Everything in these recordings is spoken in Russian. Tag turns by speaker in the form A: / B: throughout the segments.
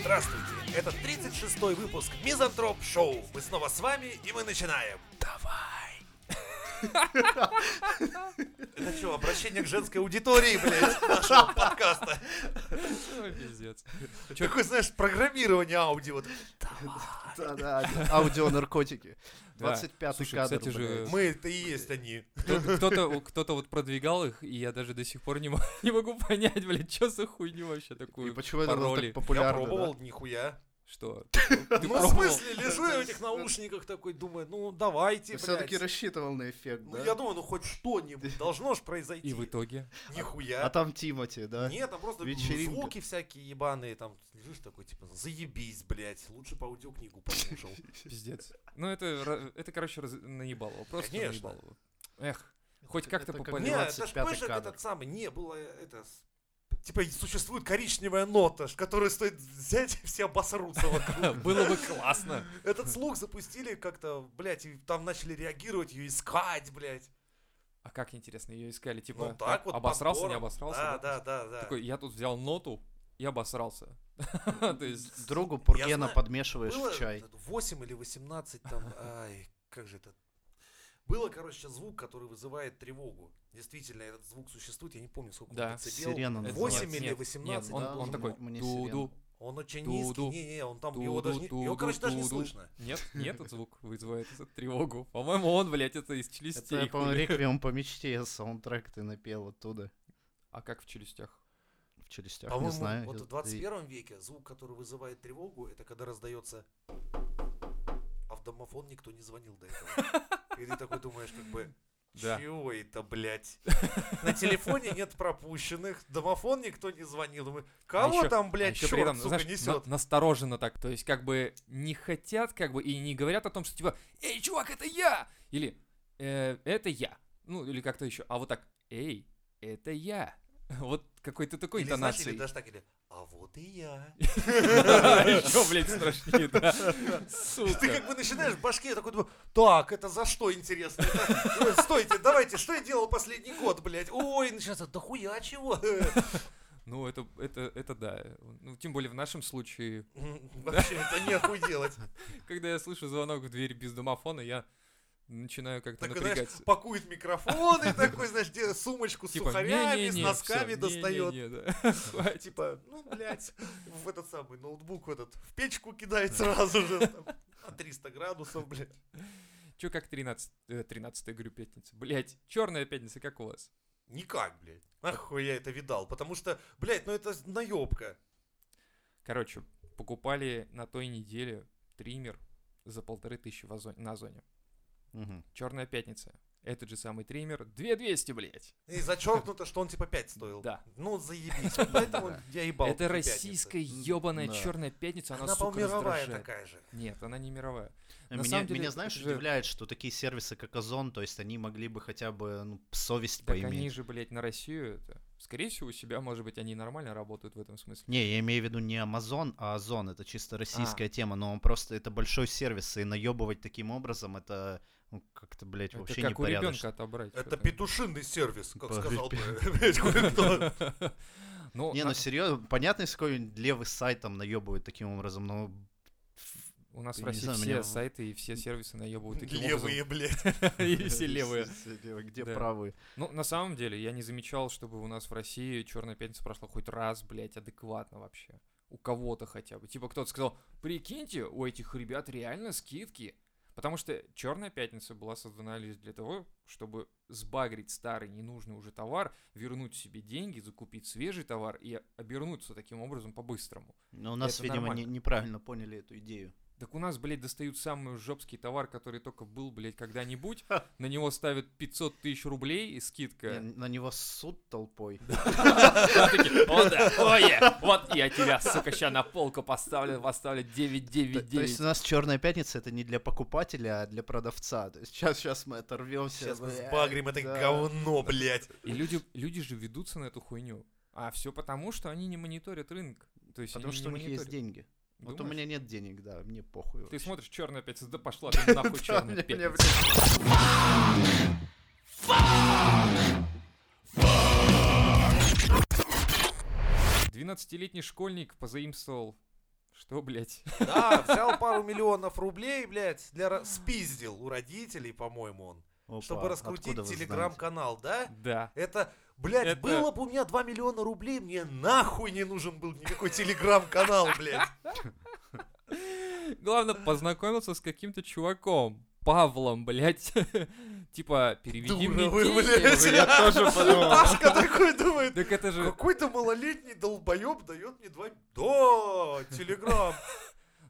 A: Здравствуйте, это 36-й выпуск Мизантроп Шоу. Мы снова с вами, и мы начинаем. Давай. Это что, обращение к женской аудитории, блядь, нашего подкаста?
B: Ой, пиздец.
A: Такое, знаешь, программирование аудио. вот.
C: Да-да, аудио наркотики.
B: Да.
C: 25-й
B: Слушай,
C: кадр.
B: кстати же,
C: блядь.
A: Мы это и есть они.
B: Кто- Кто-то кто-то вот продвигал их, и я даже до сих пор не мо- не могу понять, блядь, что за хуйню вообще такую.
C: И почему это было
B: пароли.
A: Я
C: так популярно?
A: пробовал, нихуя.
B: Что?
A: Ну, в смысле, лежу я в этих наушниках такой, думаю, ну, давайте,
C: Все-таки
A: блядь.
C: рассчитывал на эффект,
A: Ну, я
C: да?
A: думаю, ну, хоть что-нибудь должно же
B: И
A: произойти.
B: в итоге?
C: А
A: Нихуя.
C: там Тимати, да?
A: Нет, там просто
C: вечеринка.
A: звуки всякие ебаные, там лежишь такой, типа, заебись, блядь, лучше по аудиокнигу послушал.
B: Пиздец. Ну, это, ра- это короче, раз- наебалово. Просто
A: Конечно.
B: наебалово. Эх, хоть
C: Это-
B: как-то
C: это как-
A: Не,
B: попали.
C: Нет.
A: это ж
C: 25-й
A: понимаешь, как
C: кадр.
A: этот самый, не, было это... с- Типа, и существует коричневая нота, ш- которую стоит взять, и все обосрутся вокруг.
B: Было бы классно.
A: Этот слух запустили как-то, блядь, и там начали реагировать, ее искать, блядь.
B: А как, интересно, ее искали? Типа,
A: Ну так вот.
B: обосрался, не
A: подбором.
B: обосрался?
A: Да,
B: да?
A: да, да, да.
B: Такой, я тут взял ноту и обосрался. То есть...
C: Другу Пургена
A: знаю,
C: подмешиваешь
A: Было
C: в чай.
A: 8 или 18 там, ай, как же это... Было, короче, звук, который вызывает тревогу. Действительно, этот звук существует, я не помню, сколько
B: Да.
A: он нацепил.
C: Сирена
B: Это
C: называется.
A: 8
B: нет,
A: или
B: нет,
A: 18,
B: он,
C: да,
B: он
C: он
B: такой,
C: мне- мне
B: ду-ду,
A: Он очень
B: Ду-ду.
A: низкий, не-не, он там, его даже, не-
B: Ду-ду,
A: его, короче, даже не
B: ду-ду.
A: слышно.
B: Нет, нет, этот звук вызывает эту тревогу. По-моему, он, блядь, это из
C: Это,
B: челюстей.
C: я, по-моему,
B: хули.
C: реквием по мечте, саундтрек ты напел оттуда.
B: А как в челюстях?
C: В челюстях, не
A: По-моему,
C: знаю.
A: вот в
C: я- и-
A: 21 веке звук, который вызывает тревогу, это когда раздается... А в домофон никто не звонил до этого. И ты такой думаешь, как бы,
B: Да.
A: чего это, блядь? На телефоне нет пропущенных, домофон никто не звонил. Думаю, кого
B: ещё-
A: там,
B: А
A: блядь,
B: ещё
A: чёрт,
B: при этом,
A: сука,
B: знаешь, на-
A: несет?
B: настороженно так. То есть, как бы не хотят, как бы, и не говорят о том, что типа, эй, чувак, это я! Или «Э, это я. Ну, или как-то еще. А вот так, эй, это я. Вот какой-то такой
A: Или, знаешь,
B: интонации.
A: или даже так, или, а вот и я.
B: Еще, блядь, страшнее, да.
A: Ты
B: Сука.
A: как бы начинаешь в башке, я такой думаю, так, это за что интересно? Это- Ой, Стойте, давайте, что я делал последний год, блядь? Ой, начинается, да хуя чего?
B: Ну, это, это, это да. Ну, тем более в нашем случае,
A: Вообще, это нехуй делать.
B: когда я слышу звонок в дверь без домофона, я начинаю как-то
A: Такой, знаешь,
B: напрягаться.
A: пакует микрофон и такой, знаешь, де- сумочку с сухарями, с
B: Типа, «Не-не-не,
A: носками
B: всё,
A: достает.
B: не-не-не, да, хватит».
A: Типа, ну, блядь, в этот самый ноутбук в этот, в печку кидает сразу же. там, на 300 градусов, блядь.
B: Чё как 13, э, 13 говорю, пятница? Блять, черная пятница, как у вас?
A: Никак, блядь. Нахуй я это видал, потому что, блядь, ну это наебка.
B: Короче, покупали на той неделе триммер за полторы тысячи в Озоне- на Озоне.
C: Мгм.
B: Черная пятница. Этот же самый триммер. 2200, блять.
A: И зачеркнуто, что он типа 5 стоил.
B: Да.
A: Ну, заебись. Вот Поэтому я ебал.
B: Это
A: эту
B: российская ебаная
C: Да.
B: черная пятница,
A: пятницу.
B: она,
A: Она,
B: сука,
A: по-моему, мировая
B: раздражает.
A: такая же.
B: Нет, она не мировая. На
C: Меня,
B: самом деле,
C: меня, знаешь,
B: это же-
C: удивляет, что такие сервисы, как Озон, то есть они могли бы хотя бы ну, совесть
A: Типа
B: Так
C: поиметь.
B: они же, блядь, на Россию это. Скорее всего, у себя, может быть, они нормально работают в этом смысле.
C: Не, я имею в виду не Amazon, а Озон. Это чисто российская тема, но он просто это большой сервис, и наебывать таким образом это ну, как-то, блядь,
B: Это
C: вообще
B: как у ребенка
C: непорядочно.
B: отобрать.
A: Это
B: что-то.
A: петушинный сервис, как
C: Пожить
A: сказал бы. кое-кто.
B: Ну,
C: Не,
B: на-
C: ну серьезно, понятно, из какой левый сайт там наебывает таким образом, но
B: у нас в
C: я не
B: России
C: знаю,
B: все
C: меня-
B: сайты и все сервисы наебывают таким
A: Левые, блядь.
B: образом. И все левые.
C: Где
B: Да.
C: правые?
B: Ну, на самом деле, я не замечал, чтобы у нас в России Черная пятница прошла хоть раз, блядь, адекватно вообще. У кого-то хотя бы. Типа кто-то сказал, прикиньте, у этих ребят реально скидки. Потому что Черная пятница была создана лишь для того, чтобы сбагрить старый ненужный уже товар, вернуть себе деньги, закупить свежий товар и обернуться таким образом по-быстрому.
C: Но у нас,
B: Это
C: видимо, не-
B: нормально.
C: неправильно поняли эту идею.
B: Так у нас, блядь, достают самый жопский товар, который только был, блядь, когда-нибудь. На него ставят 500 тысяч рублей и
C: Не,
B: скидка.
C: На него суд толпой.
B: Там такие, О да, о е, вот я тебя, сука, ща на полку поставлю, поставлю
C: То то есть у
B: 999.
C: нас Черная Пятница это не для покупателя, а для продавца. То есть сейчас, сейчас мы оторвемся.
A: Сейчас мы сбагрим это
C: да.
A: говно, блядь.
B: И люди, люди же ведутся на эту хуйню. А все потому, что они не мониторят рынок. То есть
C: Потому
B: они
C: что у
B: не
C: них есть
B: мониторят.
C: деньги. Вот у
B: Думаешь?
C: меня нет денег, да, мне похуй.
B: Ты
C: вообще.
B: смотришь, черная пятница, да пошла ты нахуй
C: Да,
B: черная
C: мне- мне,
B: пятница. Двенадцатилетний школьник позаимствовал... Что, блядь?
A: Да, взял пару миллионов рублей, блядь, для... ра- спиздил у родителей, по-моему, он.
C: Опа,
A: чтобы
C: откуда
A: раскрутить
C: вы знаете?
A: телеграм-канал, да?
B: Да.
A: Это, блядь,
B: Это-
A: было бы у меня 2 миллиона рублей, мне нахуй не нужен был никакой телеграм-канал, блядь.
B: Главное, познакомился с каким-то чуваком. Павлом, блядь. Типа, переведи
A: Дура
B: мне
A: вы,
B: деньги.
A: блядь.
B: Я тоже подумал.
A: Пашка такой думает,
B: Так это же...
A: какой-то малолетний долбоеб дает мне 2... Да, телеграм.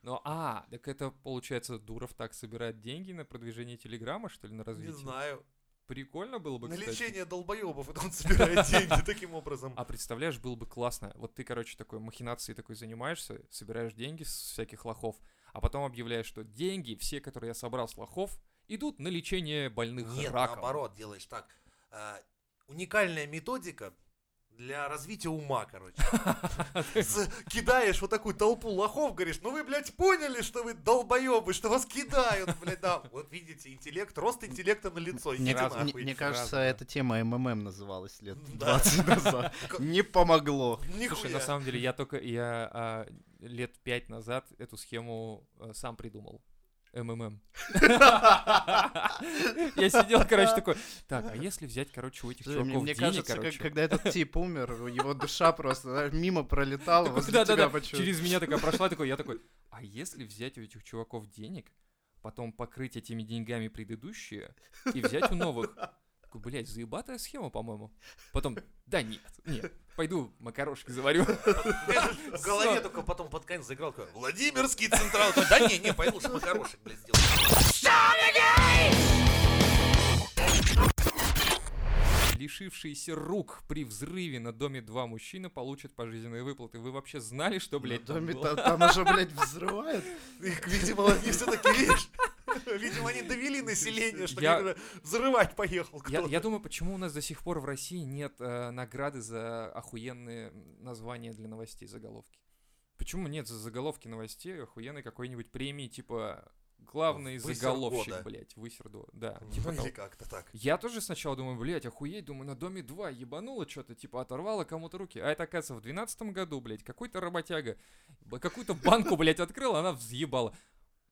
B: Ну, а, так это, получается, Дуров так собирает деньги на продвижение Телеграма, что ли, на
A: Не
B: развитие?
A: знаю.
B: Прикольно было бы,
A: На
B: кстати.
A: лечение долбоебов это он собирает деньги таким образом.
B: А представляешь, было бы классно. Вот ты, короче, такой махинацией такой занимаешься, собираешь деньги с всяких лохов, а потом объявляешь, что деньги, все, которые я собрал с лохов, идут на лечение больных
A: Нет,
B: раком.
A: наоборот, делаешь так. А, Уникальная методика для развития ума, короче. С- Кидаешь вот такую толпу лохов, говоришь, ну вы, блядь, поняли, что вы долбоебы, что вас кидают, блядь, да. Вот видите, интеллект, рост интеллекта на лицо.
C: Мне,
A: идите
B: раз-
C: ка-
A: нахуй.
C: мне- мне кажется,
B: Сразу, да.
C: эта тема МММ называлась лет
A: Да.
C: 20 назад.
A: Как-
C: Не помогло.
B: Слушай,
A: Нихуя.
B: на самом деле, я только, я а, лет пять назад эту схему а, сам придумал. МММ. Я сидел, короче, такой, так, а если взять, короче, у этих
C: Слушай, Мне
B: чуваков
C: мне
B: денег,
C: кажется, как-
B: короче,
C: когда этот тип умер, его душа просто знаешь, мимо пролетала
B: Такой,
C: возле тебя.
B: «Да-да-да»,
C: почему-
B: через меня такая прошла, такой, я такой, а если взять у этих чуваков денег, потом покрыть этими деньгами предыдущие и взять у новых? Такой, блядь, заебатая схема, по-моему. Потом, да нет, нет, пойду макарошек заварю.
A: В голове только потом под конец заиграл такой, Владимирский Централ. Да не, не, пойду лучше макарошек, блядь, сделаю.
B: Лишившиеся рук при взрыве на Доме 2 мужчина получит пожизненные выплаты. Вы вообще знали, что, блядь,
C: Да,
B: там
C: ми-
B: было?
C: та- Ну, Там уже, блядь, взрывает.
A: Их, видимо, они все-таки, видишь, видимо, они довели население, что
B: Я-
A: как бы взрывать поехал
B: Я,
A: кто-то.
B: я думаю, почему у нас до сих пор в России нет э, награды за охуенные м, названия для новостей, заголовки? Почему нет за заголовки новостей охуенной какой-нибудь премии, типа главный
A: Высер
B: заголовщик,
A: года.
B: блядь, высерду, да.
A: Ну,
B: типа того.
A: или как-то так.
B: Я тоже сначала думаю, блядь, охуеть, думаю, на Доме 2 ебануло что-то, типа оторвало кому-то руки. А это, оказывается, в 12 году, блядь, какой-то работяга б- какую-то банку, блядь, открыла, она взъебала.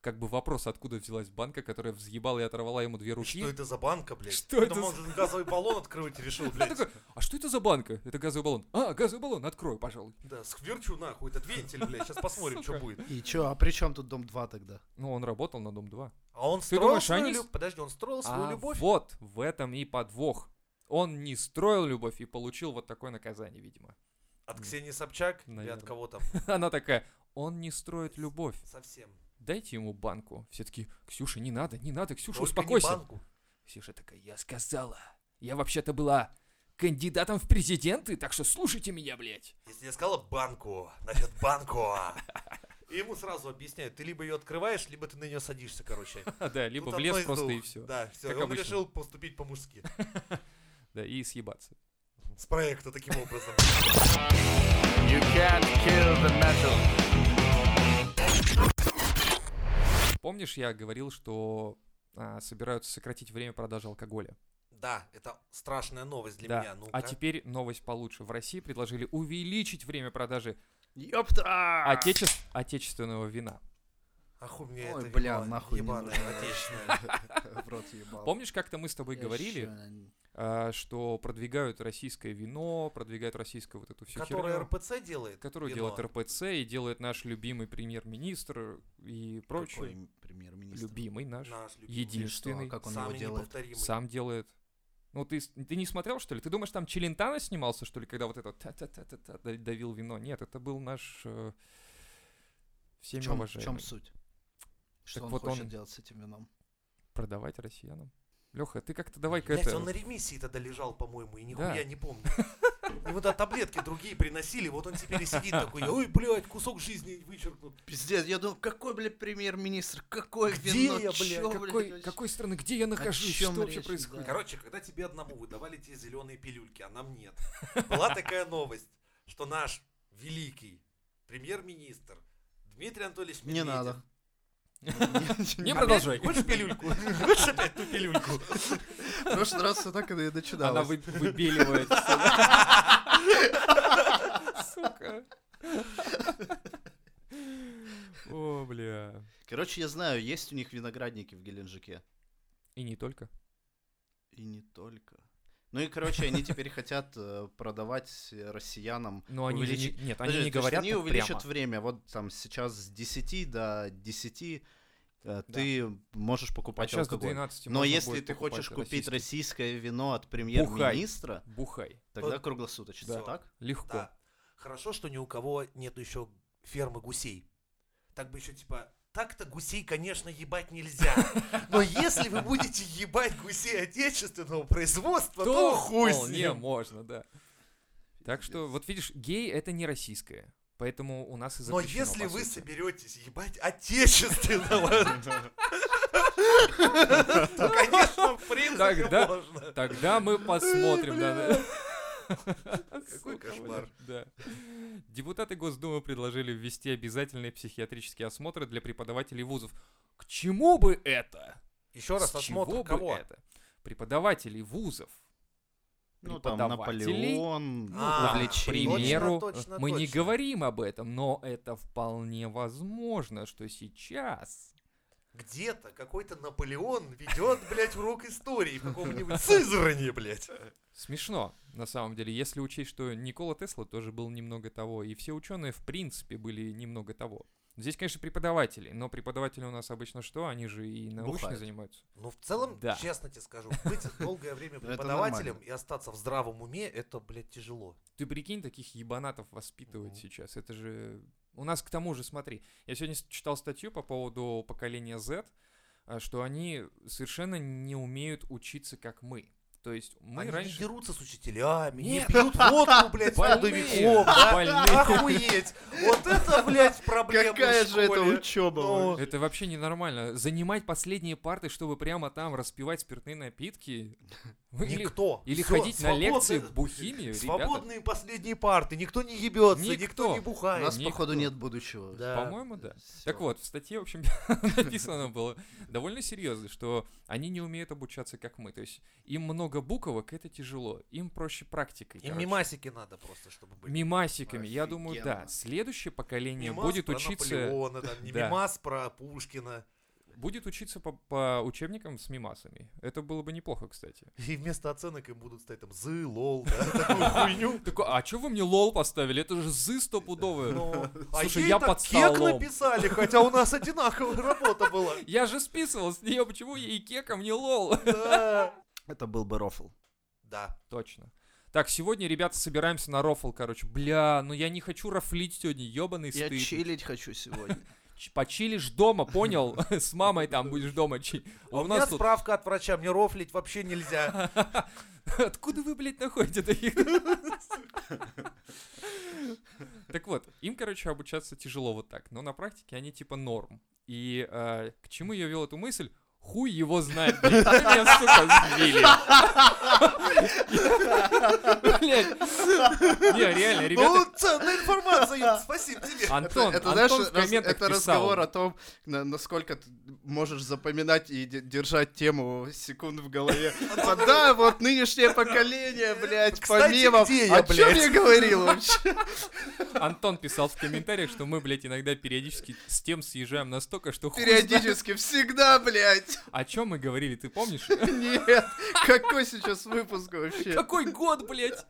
B: Как бы вопрос, откуда взялась банка, которая взъебала и оторвала ему две руки.
A: Что это за банка, блядь?
B: Что это
A: Ну, может, газовый баллон открыть решил,
B: Я
A: блядь.
B: такой, а что это за банка? Это газовый баллон. А, газовый баллон, открой, пожалуй.
A: Да, скверчу нахуй этот вентиль, блядь. Сейчас посмотрим, что
B: Сука.
A: будет.
C: И чё, а при чем тут Дом 2 тогда?
B: Ну, он работал на Дом-2.
A: А он
B: Ты
A: строил
B: думаешь,
A: свою
B: они с-
A: любовь. Подожди, он строил свою
B: А
A: любовь.
B: вот в этом и подвох. Он не строил любовь и получил вот такое наказание, видимо.
A: От Ксении Собчак или
B: Наверно.
A: от кого там
B: Она такая, он не строит любовь.
A: совсем.
B: Дайте ему банку. Все таки Ксюша, не надо, не надо, Ксюша,
A: Только не
B: успокойся.
A: банку.
B: Ксюша такая, я сказала. Я вообще-то была кандидатом в президенты, так что слушайте меня, блядь.
A: Если я сказала банку, значит банку. И ему сразу объясняют, ты либо ее открываешь, либо ты на нее садишься, короче.
B: А, да, либо
A: Тут
B: в лес
A: одно из
B: просто и
A: двух.
B: все.
A: Да, все.
B: Как
A: Он
B: обычно.
A: решил поступить по-мужски.
B: Да, и съебаться.
A: С проекта таким образом.
B: Помнишь, я говорил, что а, собираются сократить время продажи алкоголя?
A: Да, это страшная новость для
B: Да.
A: меня. Ну
B: А теперь новость получше. В России предложили увеличить время продажи
C: Ёпта!
A: А.
B: А отечес- отечественного вина.
A: Аху мне это
C: Ой, бля,
A: вино
C: нахуй не
A: ебаное,
C: нужно.
A: отечественное.
C: В рот ебал.
B: Помнишь, как-то мы с тобой
C: Я
B: говорили,
C: ещё на-
B: а, что продвигают российское вино, продвигают российскую вот эту всю
A: Которое
B: херню,
A: РПЦ делает.
B: которую
A: вино.
B: делает РПЦ и делает наш любимый премьер-министр и
C: Какой
B: прочее.
C: им премьер-министр?
B: Любимый наш.
A: Наш любимый.
C: И
B: Един-
C: что, а
B: Единственный.
C: как он его
A: Самый
C: делает?
A: неповторимый.
B: Сам делает. Ну, ты, с- ты не смотрел, что ли? Ты думаешь, там Челентано снимался, что ли, когда вот это та-та-та-та-та да- давил вино? Нет, это был наш э, всеми
C: В чем,
B: уважаемый.
C: суть? Что
B: Так
C: он
B: вот
C: хочет
B: он-
C: делать с этим вином?
B: продавать россиянам. Леха, ты как-то давай к
A: Блядь,
B: это...
A: он на ремиссии тогда лежал, по-моему, и
B: Да.
A: нихуя не помню. Ему да, таблетки другие приносили, вот он теперь и сидит такой, ой, блядь, кусок жизни вычеркнут.
C: Пиздец, я думал, какой, блядь, премьер-министр? Какое
A: Где
C: вино?
A: я, блядь?
C: Чё,
B: Какой,
C: блядь,
B: какой страны, где я нахожусь,
C: чём
B: что вообще
C: речь,
B: происходит?
C: да.
A: Короче, когда тебе одному выдавали те зеленые пилюльки, а нам нет, была такая новость, что наш великий премьер-министр Дмитрий Анатольевич
C: Не
A: Медведев.
C: надо.
B: Не
A: Опять?
B: продолжай.
A: Хочешь пилюльку? Хочешь опять ту пилюльку?
C: В прошлый раз все так и
B: Она
C: начиналось.
B: вы- выбеливает. всё. Сука. О, бля.
C: Короче, я знаю, есть у них виноградники в Геленджике.
B: И не только.
C: И не только. Ну и, короче, они теперь хотят э, продавать э, россиянам.
B: Но они же не...
C: Увеличить-
B: Нет,
C: Подожди,
B: они не
C: то есть
B: говорят
C: Они
B: так
C: увеличат
B: прямо.
C: время. Вот там сейчас с 10 до 10 э, ты можешь
B: А
C: покупать
B: сейчас до
C: алкоголь.
B: 12
C: Но
B: можно
C: если
B: будет
C: ты
B: покупать
C: хочешь купить
B: российский.
C: российское вино от премьер-министра,
B: Бухай.
C: тогда
A: Вот.
C: круглосуточно,
A: Да.
C: так?
B: Легко.
A: Да. Хорошо, что ни у кого нету еще фермы гусей. Так бы еще типа. Так-то гусей, конечно, ебать нельзя. Но если вы будете ебать гусей отечественного производства, то, хуй с
B: вполне
A: ним.
B: можно, да. Так что, вот видишь, гей это не российское. Поэтому у нас и
A: Но
B: запрещено,
A: если
B: по
A: вы
B: сути.
A: соберетесь ебать отечественного, то, конечно, в принципе,
B: Тогда-
A: можно.
B: Тогда мы посмотрим. да, да.
A: Какой
B: Сука,
A: кошмар.
B: блин, Да. Депутаты Госдумы предложили ввести обязательные психиатрические осмотры для преподавателей вузов. К чему бы это?
A: Еще раз
B: С чего
A: осмотр
B: бы
A: кого?
B: это? Преподавателей вузов.
C: Ну, там
B: Преподавателей.
C: Наполеон, ну,
A: А,
B: К
A: Точно,
C: увлечение.
B: примеру,
A: точно,
B: мы не
A: точно.
B: говорим об этом, но это вполне возможно, что сейчас
A: Где-то какой-то Наполеон ведет, блядь, урок истории в каком-нибудь Сызрани, блядь.
B: Смешно, на самом деле, если учесть, что Никола Тесла тоже был немного того, и все ученые, в принципе, были немного того. Здесь, конечно, преподаватели, но преподаватели у нас обычно что? Они же и научно
C: Бухают.
B: занимаются.
A: Ну, в целом,
B: Да.
A: честно тебе скажу, быть долгое время
C: Ну, Это
A: преподавателем
C: нормально.
A: и остаться в здравом уме, это, блядь, тяжело.
B: Ты прикинь, таких ебанатов воспитывать
A: Мгм.
B: сейчас. Это же... У нас к тому же, смотри, я сегодня с- читал статью по поводу поколения Z, а, что они совершенно не умеют учиться, как мы. То есть мы
A: Они не
B: раньше...
A: дерутся с учителями, не
B: Нет.
A: пьют водку, блядь, с
B: Больные,
A: трудовиком, да?
B: больные.
A: Охуеть! Вот это, блядь, проблема
C: Какая
A: в
C: же это
A: школе.
C: учеба?
A: Ну,
C: вот.
B: Это вообще ненормально. Занимать последние парты, чтобы прямо там распивать спиртные напитки. Вы Или,
A: Никто.
B: или
A: Всё,
B: ходить на
A: свободно-
B: лекции бухими, ребята.
A: Свободные последние парты, никто не ебется, никто,
B: Никто.
A: не
C: У
A: бухает.
C: нас,
B: Ну, никто.
C: походу, нет будущего.
A: Да.
B: По-моему, да.
C: Всё.
B: Так вот, в статье, в общем, написано было довольно серьезно, что они не умеют обучаться, как мы. То есть им много буквок, это тяжело. Им проще практикой.
A: Им
B: короче.
A: мимасики надо просто, чтобы были.
B: Мимасиками, я думаю, да.
C: Офигенно.
B: Следующее поколение
A: Мимас
B: будет
A: про
B: учиться,
A: Наполеона, там, не
B: Да.
A: мимас про Пушкина.
B: будет учиться по, по учебникам с мимасами. Это было бы неплохо, кстати.
A: И вместо оценок им будут стоять там зы, лол, да, такую хуйню.
B: Такой, а чё вы мне лол поставили? Это же зы стопудовые.
A: Ну, а
B: Слушай,
A: ей
B: я
A: так
B: под
A: кек
B: столом.
A: написали, хотя у нас одинаковая работа была.
B: Я же списывал с нее, почему ей кека, мне лол.
A: Да.
C: Это был бы рофл.
A: Да.
B: Точно. Так, сегодня, ребята, собираемся на рофл, короче. Бля, ну я не хочу рофлить сегодня, ебаный
C: Я
B: стыд.
C: чилить хочу сегодня.
B: Ч- Почилишь дома, понял? С мамой там будешь дома чи- А у
A: У меня
B: нас тут...
A: справка от врача, мне рофлить вообще нельзя.
B: Откуда вы, блядь, находите таких? Так вот, им, короче, обучаться тяжело вот так, но на практике они типа норм. И э, к чему я вел эту мысль? Хуй его знает, блядь. Вы Меня, сука, сбили. Блядь. Не, реально, ребята...
A: Ну, ценная информация, Юр, спасибо тебе.
B: Антон,
C: это,
B: Антон
C: знаешь,
B: в
C: раз-
B: комментах
C: это
B: писал.
C: разговор о том, на- насколько ты можешь запоминать и де- держать тему секунд в голове. А, Да, вот нынешнее поколение, блядь,
A: Кстати,
C: помимо...
A: где я,
C: О чем
A: блядь?
C: я говорил вообще?
B: Антон писал в комментариях, что мы, блядь, иногда периодически с тем съезжаем настолько, что хуй знает.
C: Периодически, всегда, блядь.
B: О чем мы говорили, ты помнишь?
C: Нет, какой сейчас выпуск вообще?
B: Какой год, блядь?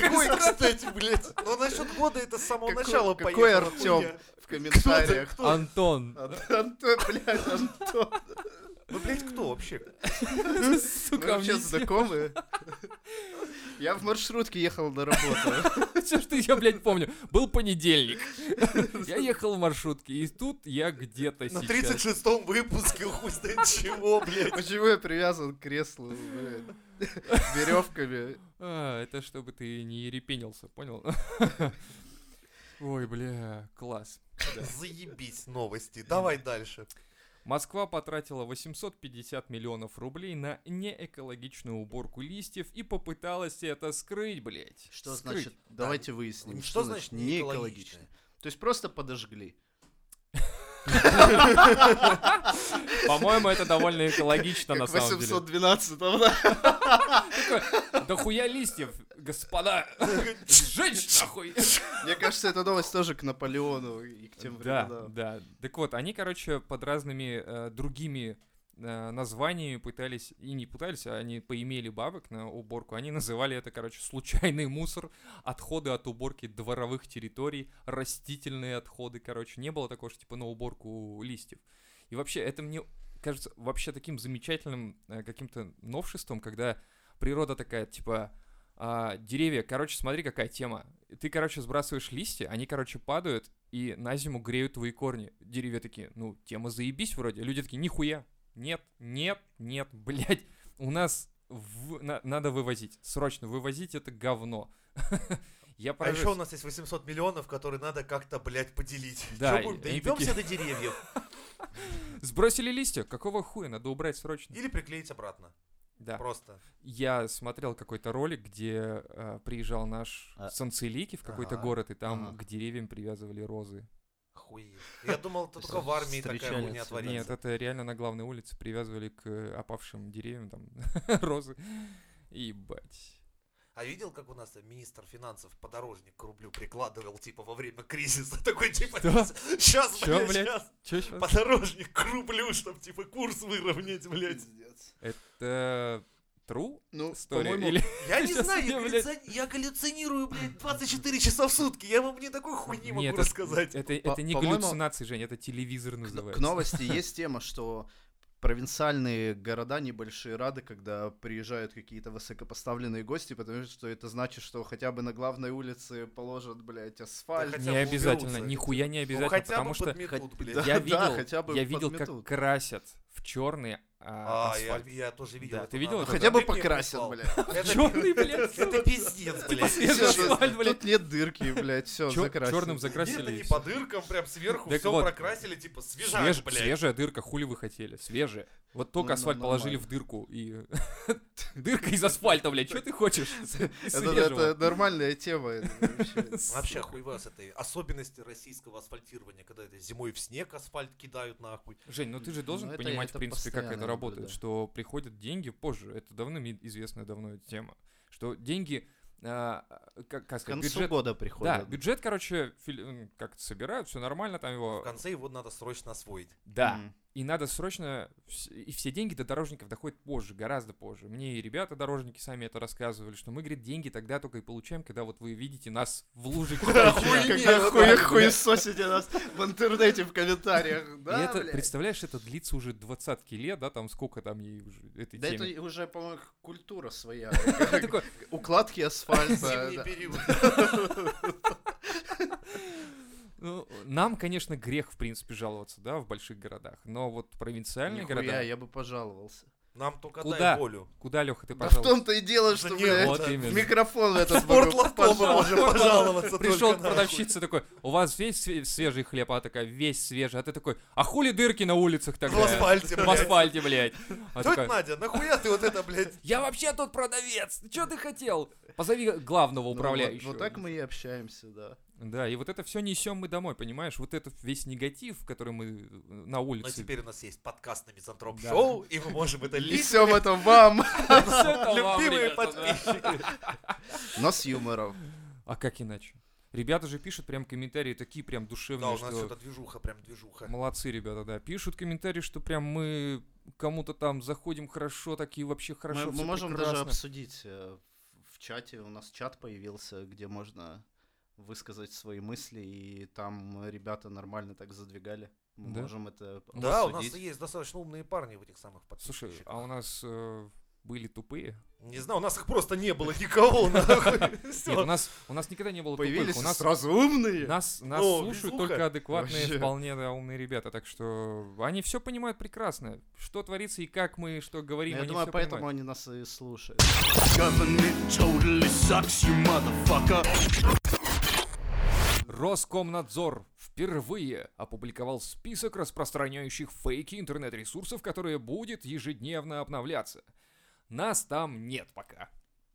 A: Какой, кстати, блядь. Ну, насчет года это с самого
C: Какой-
A: начала
C: какой
A: поехала
C: Артём?
A: хуйня.
C: В
A: Кто ты,
C: комментариях.
A: кто?
B: Антон.
C: Ан- Антон, блядь, Антон.
A: Ну, блядь, кто вообще?
C: Мы
B: Сука,
C: вообще знакомы? Я в маршрутке ехал на работу.
B: все, что я, блядь, помню. Был понедельник. Я ехал в маршрутке, и тут я где-то
A: На
B: сейчас.
A: 36-м выпуске хуй знает чего, блядь.
C: Почему я привязан к креслу, блядь? Веревками.
B: А, это чтобы ты не ерепенился, понял? Ой, бля, класс.
A: Заебись новости. Давай дальше.
B: Москва потратила 850 миллионов рублей на неэкологичную уборку листьев и попыталась это скрыть, блядь.
C: Что
B: Скрыть.
C: значит? Давайте выясним.
A: Что
C: Ну, Что
A: значит А
C: значит неэкологично?
A: неэкологично?
C: То есть просто подожгли.
B: По-моему, это довольно экологично, на
C: Как
B: самом деле.
C: 812 да?
B: Да хуя листьев, господа. Сжечь нахуй.
C: Мне кажется, эта новость тоже к Наполеону и к тем
B: Да,
C: временам.
B: да. Так вот, они, короче, под разными э, другими э, названиями пытались, и не пытались, а они поимели бабок на уборку. Они называли это, короче, случайный мусор, отходы от уборки дворовых территорий, растительные отходы, короче. Не было такого, что типа на уборку листьев. И вообще, это мне кажется вообще таким замечательным э, каким-то новшеством, когда природа такая, типа, а, деревья, короче, смотри, какая тема. Ты, короче, сбрасываешь листья, они, короче, падают и на зиму греют твои корни. Деревья такие, ну, тема заебись вроде. Люди такие, нихуя, нет, нет, нет, блядь, у нас в- на- надо вывозить, срочно вывозить это говно. Я
A: А еще у
B: поражаюсь.
A: нас есть 800 миллионов, которые надо как-то, блядь, поделить.
B: Да,
A: Чё будем,
B: и- и
A: доебемся до деревьев.
B: Сбросили листья, какого хуя, надо убрать срочно.
A: Или приклеить обратно.
B: Да.
A: Просто.
B: Я смотрел какой-то ролик, где э, приезжал наш
C: А.
B: Санцелики в какой-то
A: Ага,
B: город, и там
C: ага.
B: к деревьям привязывали розы.
A: Охуеть. Я думал, это только в армии такая
C: Встречались,
A: хуйня
C: да.
A: творится.
B: Нет, это реально на главной улице привязывали к э, опавшим деревьям там розы. Ебать.
A: А видел, как у нас там министр финансов подорожник к рублю прикладывал, типа, во время кризиса? Такой, типа,
B: Что?
A: сейчас,
B: Чё,
A: блядь,
B: блядь?
A: сейчас.
B: Чё щас?
A: Подорожник к рублю, чтобы, типа, курс выровнять, блядь.
C: Пиздец.
B: Это true
C: Ну,
B: story?
C: по-моему,
B: Или...
A: Я не
B: Сейчас
A: знаю, я,
B: я, блядь.
A: галлюци- я галлюцинирую, блядь, 24 часа в сутки. Я вам не такой хуйни могу
B: Нет, это-
A: рассказать. Ну,
B: Это,
C: По-
B: это не
C: по-моему,
B: галлюцинации, Жень, это телевизор
C: к но-
B: называется.
C: к новости есть тема, что провинциальные города небольшие рады, когда приезжают какие-то высокопоставленные гости, потому что это значит, что хотя бы на главной улице положат, блядь, асфальт.
A: Да хотя
B: Не
A: бы
B: обязательно,
A: уберутся.
B: нихуя не
A: Ну,
B: обязательно,
A: хотя бы
B: потому что
A: подметут,
C: хоть-
A: блядь.
C: да.
B: я видел,
C: хотя бы
B: я видел, как
C: подметут.
B: красят в черный а,
A: А, я,
B: асфальт.
A: я тоже видел.
B: Да,
A: это
B: ты
A: на-
B: видел
A: на-
B: это?
A: на-
C: Хотя бы
A: ты мне
C: покрасят,
A: прислал.
C: блядь.
A: Это-
B: Черный, блядь, Типа
A: Это пиздец, блядь.
B: свежий
A: Нет,
C: Всё,
B: асфальт, блядь.
C: Тут нет дырки, блядь, все, закрасили.
B: черным
A: это
B: закрасили. и
A: не
B: всё.
A: по дыркам, прям сверху
B: Так
A: все
B: вот.
A: прокрасили, типа свежак,
B: Свеж-
A: блядь.
B: Свежая дырка, хули вы хотели? Свежая. Вот только
C: Ну,
B: асфальт
C: ну,
B: положили в
C: нормально.
B: дырку и... Дырка из асфальта, блядь, что ты хочешь? Из
C: Это,
B: свежего.
C: это нормальная тема. это вообще.
A: Вообще хуева с этой особенности российского асфальтирования, когда это зимой в снег асфальт кидают нахуй.
B: Жень, ну ты же должен
C: Ну, это-
B: понимать, в
C: это
B: принципе, как это
C: постоянно
B: работает,
C: наблюдаю.
B: что приходят деньги позже. Это давно ми- известная давно тема, что деньги, а, как, как
C: К
B: сказать,
C: концу
B: бюджет...
C: года
B: Да,
C: приходят.
B: бюджет, короче, фили- м, как-то собирают, все нормально, там
A: В
B: его...
A: конце его надо срочно освоить.
B: Да,
C: М.
B: И надо срочно... вс- И все деньги до дорожников доходят позже, гораздо позже. Мне и ребята-дорожники сами это рассказывали, что мы, говорит, деньги тогда только и получаем, когда вот вы видите нас в луже. кидающих.
C: Когда
A: вот
C: хуя-
A: так,
C: хуесосите нас в интернете, в комментариях.
B: И
C: Да,
B: это,
C: блядь.
B: представляешь, это длится уже двадцатки лет, да, там сколько там ей уже этой
C: Да
B: теме.
C: это уже, по-моему, культура своя.
B: Я такой,
C: Укладки асфальта.
A: Зимний
C: да.
A: период.
B: ну, нам, конечно, грех, в принципе, жаловаться, да, в больших городах, но вот провинциальные
C: Нихуя,
B: города...
C: я бы пожаловался.
A: Нам только
B: Куда?
A: дай волю.
B: Куда, Леха, ты,
C: Да в
B: пожалуйста?
C: том-то и дело, Ну что,
A: Да не,
C: блядь,
B: вот
A: это-
C: в
B: именно.
C: микрофон в этот Ну
A: Спортлоптопом
C: пожаловался.
A: можно А пожаловаться
B: Пришел
A: только, нахуй.
B: продавщица такой, у вас весь све- свежий хлеб, а такая, весь свежий, а ты такой, а хули дырки на улицах тогда?
A: В асфальте,
B: В
A: блядь.
B: асфальте, блядь. А
A: Тетя
B: такая,
A: Надя, нахуя ты вот это, блядь,
B: Я вообще тут продавец. Что ты хотел? Позови главного
C: Ну, вот-
B: управляющего.
C: Вот так мы и общаемся, да.
B: Да, и вот это все несем мы домой, понимаешь? Вот это весь негатив, который мы э, на
A: Но
B: улице.
A: Ну, теперь у нас есть подкаст на Мизантроп
B: Да.
A: Шоу, и мы можем это
C: И
A: лить.
C: всем это вам,
B: Всё это вам,
A: Любимые
B: ребята, да.
A: подписчики.
C: но с юмором.
B: А как иначе? Ребята же пишут прям комментарии такие прям
A: Да,
B: душевные,
A: у нас
B: что
A: что-то движуха, прям движуха.
B: молодцы ребята, да. Пишут комментарии, что прям мы кому-то там заходим хорошо, такие вообще хорошо.
C: Мы- Мы
B: всё
C: можем даже
B: прекрасно.
C: обсудить э, в чате. У нас чат появился, где можно высказать свои мысли, и там ребята нормально так задвигали. Мы
B: Да?
C: можем это
A: Да, у нас
C: обсудить.
A: есть достаточно умные парни в этих самых
B: Слушай,
A: подписчиках.
B: а у нас э, были тупые?
A: Не знаю, у нас их просто не было никого, нахуй.
B: Нет, у
A: Всё.
B: нас у нас никогда не было
C: Появились
B: тупых. У нас
C: сразу умные.
B: Нас, нас
A: Ну,
B: слушают
A: везуха.
B: только адекватные,
C: Вообще.
B: вполне да, умные ребята, так что они все понимают прекрасно, что творится и как мы, что говорим,
C: Ну, Я
B: они
C: думаю,
B: всё
C: поэтому
B: понимают.
C: они нас и слушают.
B: Роскомнадзор впервые опубликовал список распространяющих фейки интернет-ресурсов, которые будет ежедневно обновляться. Нас там нет пока.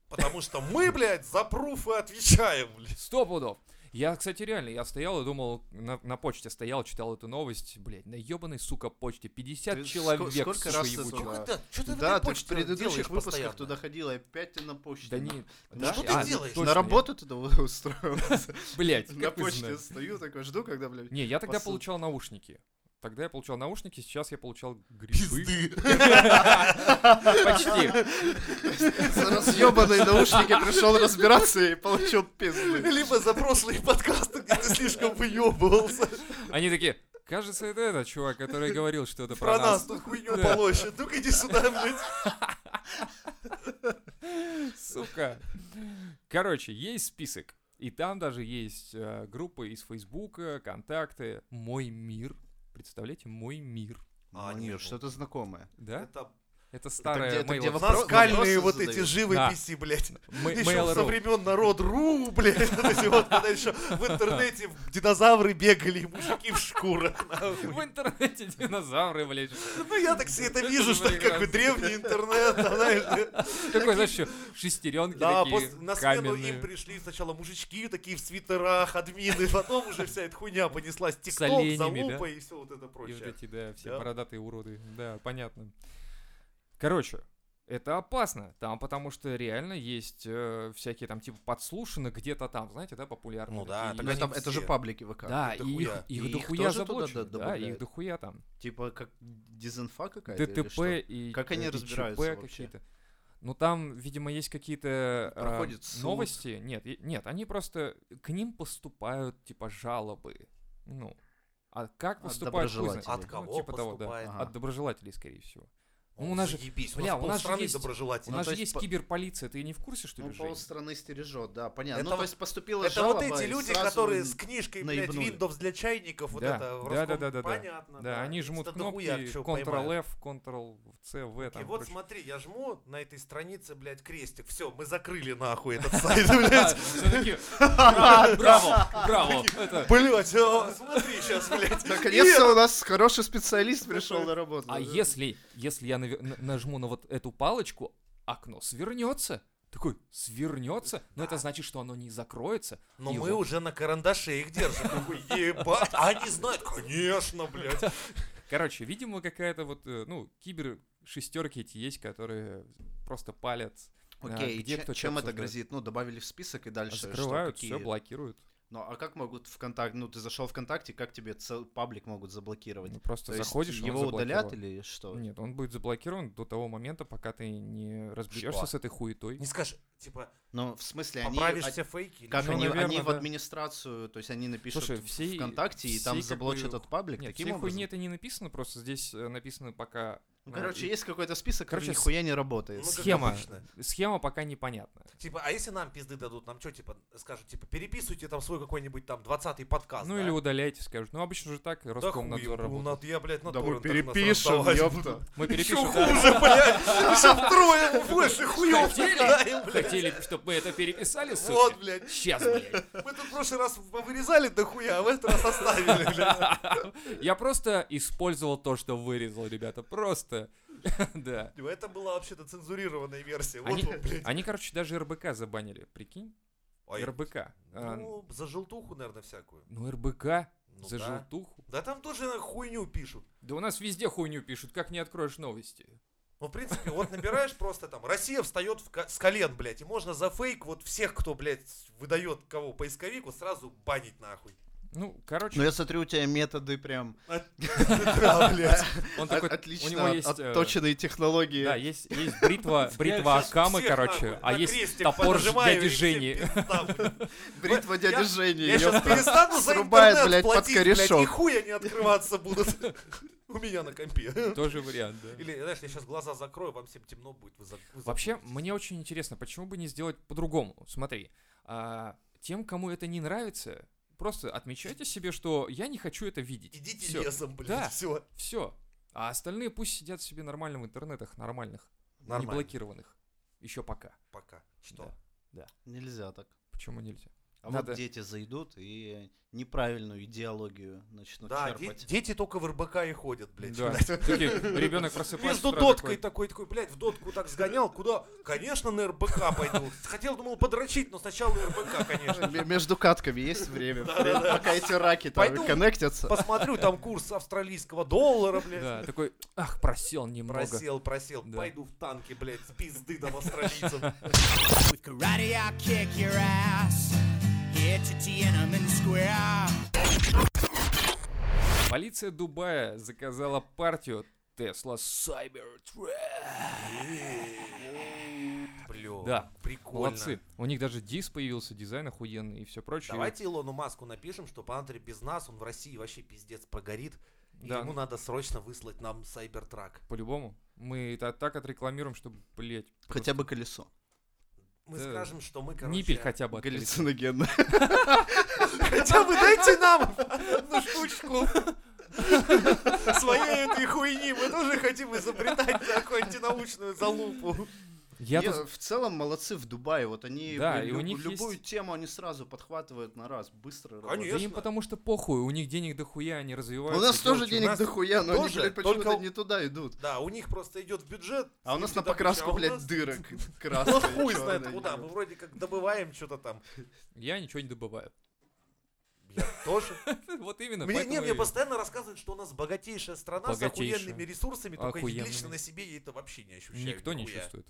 A: Потому что мы, блядь, за пруфы отвечаем, блядь.
B: Сто пудов. Я, кстати, реально, я стоял и думал, на, на почте стоял, читал эту новость, блядь, на ебаной, сука, почте, 50
C: Ты ск-
B: человек,
C: сколько
B: сука,
C: раз ты
B: ебучего.
C: туда?
A: Какой ты-
B: Ну,
A: Что ты на
C: Да,
A: этой
C: ты в
A: почте делаешь
C: предыдущих выпусках
A: постоянно?
C: туда ходила, и опять ты на почте.
B: Да не...
A: Ну
B: да?
A: что ты
B: А,
A: делаешь?
B: точно,
C: на
B: я-
C: работу туда устроился.
B: Блядь,
C: На
B: как вы
C: почте
B: знаете?
C: стою, такой жду, когда, блядь.
B: Не, я тогда
C: Посыл.
B: получал наушники. Тогда я получал наушники, сейчас я получал грибы.
A: Пизды.
B: Почти.
C: За разъебанные наушники пришел разбираться и получил пизды.
A: Либо за прошлые подкасты, где ты слишком выебывался.
B: Они такие, кажется, это этот чувак, который говорил что-то
A: Про нас тут хуйню
B: Да.
A: полощет. Ну-ка иди сюда, блядь.
B: Сука. Короче, есть список. И там даже есть э, группы из Фейсбука, контакты. Мой мир. Представляете, мой мир.
A: А,
C: Ну,
A: не, ну.
C: нет, что-то знакомое.
B: Да? Это,
C: где-
B: старая
C: это где
B: Mail.ru.
C: вопрос?
A: Наскальные
C: вопросы
A: вот
C: задают.
A: эти живописи, блядь.
B: Ма-
A: Еще со
B: Mail.ru.
A: времен народ.ру, блядь, вот эти вот, когда еще в интернете динозавры бегали, и мужики в шкурах, нахуй.
B: В интернете динозавры, блядь.
A: Ну, я так все это вижу, что
B: прекрасно.
A: какой древний интернет, там, знаешь.
B: Такой, знаешь, ещё шестеренки
A: Да,
B: такие
A: пос- на смену им
B: каменные.
A: пришли сначала мужички такие в свитерах, админы, потом уже вся эта хуйня понеслась. Тикток,
B: оленями, да?
A: залупа и все вот это
B: И вот
A: прочее.
B: эти, да, все
A: Да.
B: бородатые уроды. Да, понятно. Короче, это опасно. Там потому что реально есть э, всякие там типа подслушано где-то там, знаете, да, популярные.
A: Ну да,
B: такие
A: так
C: Ну,
B: есть.
C: это,
A: они
C: это же
A: все.
C: паблики ВК.
B: Да, и их,
A: дохуя.
B: их
C: И их
B: дохуя
C: тоже туда
B: заблочено,
C: д-
B: да, их
C: добавляют?
B: дохуя там.
C: Типа как дезинфа какая-то или
B: ДТП
C: что?
B: и
C: Как они
B: э, и
C: разбираются
B: ЧП
C: вообще?
B: какие-то. Ну там, видимо, есть какие-то э,
C: Проходит суд.
B: новости. Нет, и- нет, они просто к ним поступают типа жалобы. Ну, а как
C: От
B: поступают? хуй знает.
C: доброжелателей.
B: Ну,
A: От кого
B: типа того, да.
A: поступает?
C: Ага.
B: От доброжелателей, скорее всего.
A: О,
B: Ну, у нас же-
A: заебись,
B: бля,
A: у
B: у
A: нас
B: нас же
A: полстраны
B: есть- У
A: доброжелатели.
B: нас
C: то
B: же есть
C: есть по-
B: киберполиция, ты не в курсе, что ли,
C: Ну,
B: Жень?
C: полстраны стережет, да, понятно.
A: Это
C: ну,
A: вот-
C: то есть поступила
A: Это
C: жалоба
A: вот эти
C: и
A: люди,
C: сразу
A: которые
C: н-
A: с книжкой, блядь,
C: наебнули.
A: Windows для чайников, вот
B: Да,
A: это, в
B: да,
A: Роском-
B: да, да, да, да.
A: понятно.
B: Да, они жмут
A: Если дохуя
B: кнопки
A: чего поймают.
B: Ctrl-F, Ctrl-C, V,
A: И
B: там,
A: вот
B: короче.
A: смотри, я жму на этой странице, блядь, крестик. Все, мы закрыли нахуй этот сайт, блядь.
B: Все-таки, браво, браво, это...
A: Блядь, а, смотри сейчас, блядь.
C: Наконец-то у нас хороший специалист пришел на работу.
B: А если, если я наве- на- нажму на вот эту палочку, окно свернется. Такой, свернется, но это значит, что оно не закроется.
A: Но
B: И
A: мы
B: вот-
A: уже на карандаше их держим. Такой, ебать, а они знают, конечно, блядь.
B: Короче, видимо, какая-то вот, э, ну, кибер шестерки эти есть, которые просто палят. а,
C: Окей, и
B: где
C: че-
B: кто чё
C: чем это
B: обсуждает.
C: грозит? Ну, добавили в список и дальше. что,
B: Закрывают,
C: какие-
B: все блокируют.
C: Ну, а как могут ВКонтакте, ну, ты зашел ВКонтакте, как тебе цел... паблик могут заблокировать?
B: Ну,
C: То
B: просто
C: есть
B: заходишь, и он
C: его удалят
B: заблокирован.
C: или что?
B: Нет, он будет заблокирован до того момента, пока ты не разберешься
A: Что?
B: с этой хуетой.
A: Не скажешь, типа,
C: Ну, в смысле, они...
A: поправишь
C: а-
A: все фейки? или
C: Как
A: что?
B: Ну,
C: они, они
B: наверное,
C: в
B: да.
C: администрацию, то есть они напишут
B: Слушай,
C: в-
B: всей-
C: ВКонтакте и
B: всей
C: там
B: как бы
C: заблочат этот паблик
B: Нет,
C: таким
B: всей
C: образом?
B: хуйни это не написано, просто здесь э, написано пока...
C: Ну,
B: э,
C: короче,
B: и-
C: есть какой-то список, который
B: Короче, с-
C: нихуя не работает.
A: Ну, как
B: схема.
A: обычно.
B: Схема пока непонятна.
A: Типа, а если нам пизды дадут, нам что, типа, скажут, типа, переписывайте там свой какой-нибудь там 20-й подкаст,
B: Ну
A: А, да?
B: или удаляйте, скажут. Ну обычно же так
A: Да хуй,
B: Роскомнадзор
A: ну,
B: работает.
A: надо- я, блядь, на
C: Да мы
A: торрентах нас
C: перепишем,
A: раздавать
C: ёпта.
B: Мы
A: Еще
B: перепишем. да.
A: хуже, блядь. Еще втрое больше хуев.
B: Хотели?
A: надаем, блядь.
B: Хотели, чтобы мы это переписали, суки?
A: Вот, блядь.
B: Сейчас, блядь.
A: Мы тут в прошлый раз вырезали дохуя, а в этот раз оставили, блядь.
B: Я просто использовал то, что вырезал, ребята. Просто. Да.
A: Типа, Это была вообще-то цензурированная версия. Вот
B: Они,
A: вам, блядь.
B: они, короче, даже РБК забанили, прикинь?
A: Ой,
B: РБК. А,
A: Ну, за желтуху, наверное, всякую.
B: Ну, РБК
A: Ну
B: за
A: да.
B: желтуху.
A: Да там тоже наверное, хуйню пишут.
B: Да у нас везде хуйню пишут, как не откроешь новости.
A: Ну, в принципе, вот набираешь просто там, Россия встает в ко- с колен, блядь, и можно за фейк вот всех, кто, блядь, выдает кого поисковику, сразу банить нахуй.
B: Ну, короче,
C: Ну, я смотрю, у тебя методы прям
A: Да, блядь.
B: он
C: о-
B: такой...
C: отлично а
B: у него есть... э,
C: отточенные технологии.
B: Да, есть, есть бритва, бритва
A: Всех
B: Акамы,
A: нахуй,
B: короче, а
A: на
B: есть
A: крестик
B: топор
A: понажимаю,
B: дяди
A: и всем
B: Жени.
A: пизда, блядь.
C: Бритва
A: Я-
C: дяди Жени.
A: Я сейчас
C: ёпта.
A: перестану за
C: Срубает,
A: интернет
C: блядь, под
A: платить, блядь, и
C: корешок.
A: хуя не открываться будут. У меня на компе.
B: Тоже вариант, да.
A: Или, знаешь, я сейчас глаза закрою, вам всем темно будет. вы за- вы
B: Вообще,
A: забудете.
B: мне очень интересно, почему бы не сделать по-другому? Смотри, а, тем, кому это не нравится, просто отмечайте себе, что я не хочу это видеть.
A: Идите
B: все,
A: лесом, блядь,
B: Да.
A: все.
B: все. А остальные пусть сидят себе нормально в интернетах, нормальных,
A: Нормально.
B: не блокированных. Еще пока.
A: Пока. Что?
B: Да.
C: Нельзя так.
B: Почему нельзя? А
C: вот
B: вот, э,
C: дети зайдут и неправильную идеологию начнут
A: Да, де-
C: черпать.
A: дети только в РБК и ходят, блядь.
B: да, ребенок просыпается. с
A: Между
B: утра
A: доткой такой,
B: такой,
A: такой, блядь, в дотку так сгонял, куда? Конечно, на РБК пойду. Хотел, думал, подрочить, но сначала на РБК, конечно.
C: М- Между катками есть время, пока эти раки
A: Пойду.
C: там коннектятся.
A: Посмотрю, там курс австралийского доллара,
B: Да,
A: блядь.
B: такой, ах, просел немного.
A: Просел, просел.
B: Да.
A: Пойду в танки, блядь, с пизды там австралийцев.
D: With karate, I'll kick your ass. Here to Tiananmen Square.
B: Полиция Дубая заказала партию Tesla Cybertruck.
A: Бля,
B: Да,
A: прикольно.
B: Молодцы. У них даже диск появился, дизайн охуенный и все прочее.
A: Давайте Илону Маску напишем, что Пантер без нас, он в России вообще пиздец прогорит. и
B: Да.
A: ему надо срочно выслать нам Сайбертрак.
B: По-любому. Мы это так отрекламируем, чтобы, блядь,
C: Хотя бы колесо.
A: Мы
B: Да.
A: скажем, что мы, короче...
B: ниппель хотя бы открыть.
C: Галлюциногенно.
A: Хотя бы дайте нам ну, штучку своей этой хуйни. Мы тоже хотим изобретать такую антинаучную залупу.
B: Я
C: Не,
A: ну,
B: тут-
C: В целом молодцы в Дубае, вот они
B: Да,
C: э,
B: и
C: лю-
B: у них
C: любую
B: есть-
C: тему они сразу подхватывают на раз, быстро.
A: Конечно.
B: Да
C: работают.
B: им потому что похуй, у них денег дохуя, они развиваются.
C: У нас
B: делают,
C: тоже
B: что-
A: нас
C: денег дохуя, но они,
A: тоже,
C: блядь, почему-то
A: только-
C: не туда идут.
A: Да, у них просто идет в бюджет.
C: А
A: с
C: у нас
A: ним
C: на
A: всегда куча,
C: покраску,
A: а у
C: блядь,
A: нас-
C: дырок
A: Ну
C: красных.
A: хуй знает куда. Мы вроде как добываем что-то там.
B: Я ничего не добываю.
A: Я тоже.
B: Вот именно.
A: Мне,
B: поэтому
A: не, мне
B: и-
A: постоянно рассказывают, что у нас богатейшая страна
B: Богатейшая.
A: с охуенными ресурсами, только я
B: Охуенными.
A: лично на себе я это вообще не ощущаю.
B: Никто не
A: нихуя.
B: чувствует.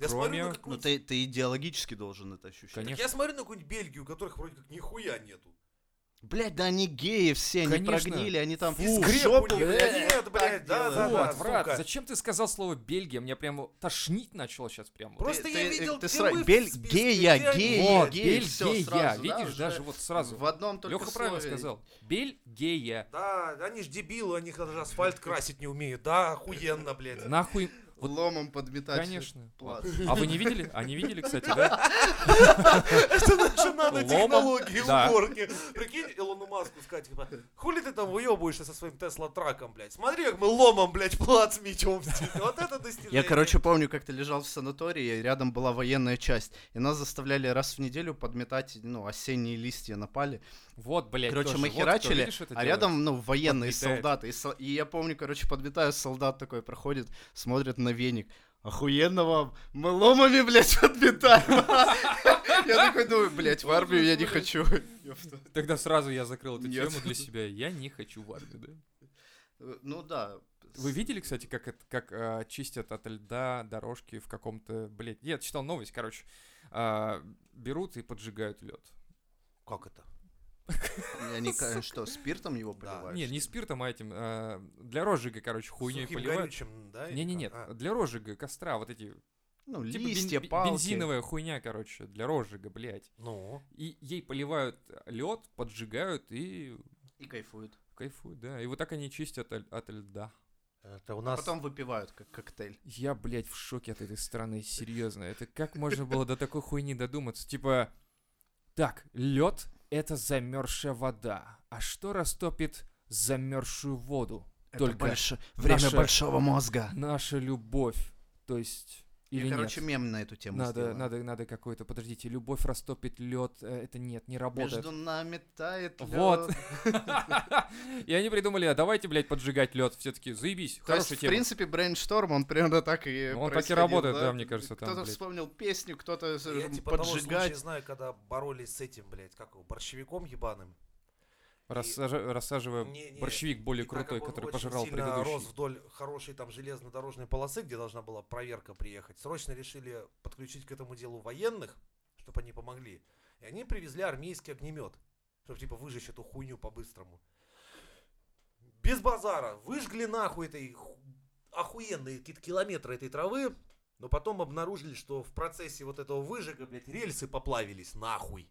A: Я смотрю,
B: Кроме-
A: на
C: Ну
A: какую-нибудь-
C: ты, ты идеологически должен это ощущать.
A: так
B: Конечно.
A: я смотрю на какую-нибудь Бельгию, у которых вроде как нихуя нету.
C: Блять, да они геи все, они
B: Конечно.
C: прогнили, они там
A: Фу, жопу, блядь, нет, блядь, да,
C: делают.
B: Фу,
A: да,
B: отврат,
A: сука.
B: зачем ты сказал слово Бельгия? Меня прям тошнить начало сейчас прям.
A: Просто
C: Ты-
A: я
C: ты-
A: видел,
C: ты
A: где
C: сра-
A: мы в
C: Бель-
A: списке,
C: гея,
A: где они
C: гея.
B: Вот,
A: есть.
C: геи, всё
B: Бельгия,
C: сразу, да,
B: видишь,
C: уже
B: даже вот сразу.
C: В одном только
B: Леха правильно
C: слове.
B: сказал. Бельгия.
A: Да, они ж дебилы, они даже асфальт красить не умеют. Да, охуенно, блядь.
B: Нахуй. Вот,
C: Ломом подметать.
B: конечно.
C: плац.
B: А вы не видели? А не видели, кстати, да?
A: Это наши нанотехнологии
B: Да.
A: уборки. Прикинь, Илону Маску сказать, типа, хули ты там выебываешься со своим Тесла-траком, блядь? Смотри, как мы ломом, блядь, плац мечом. Вот это достижение.
C: Я, короче, помню, как ты лежал в санатории, и рядом была военная часть, и нас заставляли раз в неделю подметать, ну, осенние листья на пале.
B: Вот, блядь,
C: Короче,
B: тоже.
C: мы
B: Вот кто,
C: херачили,
B: видишь, это
C: а
B: делает?
C: рядом, ну, военные
B: Подметает.
C: солдаты. И, со- и я помню, короче, подметаю, солдат такой проходит, смотрит на веник. Охуенно вам, мы ломами, блядь, подметаем. Я такой думаю, блядь, в армию я не хочу. Ёпта.
B: Тогда сразу я закрыл эту
C: Нет.
B: тему для себя. Я не хочу в армию, да?
C: Э, Ну да.
B: Вы видели, кстати, как, это, как а, чистят от льда дорожки в каком-то... Блядь, я читал новость, короче. А, берут и поджигают лед.
A: Как это?
C: Они, ка- что, спиртом его
A: Да.
C: поливают?
B: Не, не спиртом, а этим... а, для розжига, короче, хуйней
A: Сухим
B: поливают.
A: горючим, да? или
B: Не-не-нет,
A: как? А,
B: для розжига костра, вот эти...
C: Ну,
B: типа бен-
C: листья,
B: бен-
C: палки.
B: Бензиновая хуйня, короче, для розжига, блядь.
A: Ну,
B: И ей поливают лед, поджигают и
C: И кайфуют.
B: кайфуют, да. И вот так они чистят от, от льда.
A: это у
C: А
A: нас...
C: потом выпивают, как коктейль.
B: Я, блядь, в шоке от этой страны, серьезно. Это как можно было до такой хуйни додуматься? Типа, так, лед — это замерзшая вода. А что растопит замерзшую воду? Только
C: время
B: наше-
C: большого мозга.
B: Наша любовь, то есть... Или
C: Я, короче,
B: нет?
C: мем на эту тему
B: Надо,
C: сделаю.
B: надо, надо какой-то. Подождите, любовь растопит лед. э, Это нет, не работает.
C: Между нами тает
B: Вот.
C: лёд.
B: И они придумали, а давайте, блядь, поджигать лед. Все-таки заебись,
C: То есть,
B: хорошая
C: в
B: тема.
C: принципе, брейншторм, он примерно так и
B: Ну, он так и
C: происходил,
B: работает, да, мне кажется, там,
C: Кто-то
B: блядь.
C: вспомнил песню, кто-то с-
A: Я типа того случая
C: поджигать.
A: знаю, когда боролись с этим, блядь, как его, борщевиком ебаным.
B: Рассажи- Рассаживая
A: Не-не,
B: борщевик более
A: И так как
B: крутой,
A: он
B: который
A: очень
B: пожрал
A: сильно рос
B: предыдущий.
A: вдоль хорошей там железнодорожной полосы, где должна была проверка приехать. Срочно решили подключить к этому делу военных, чтобы они помогли. И они привезли армейский огнемет, чтобы типа выжечь эту хуйню по-быстрому. Без базара. Выжгли нахуй этой ху- охуенные какие-то километры этой травы, но потом обнаружили, что в процессе вот этого выжига, блядь, рельсы поплавились нахуй.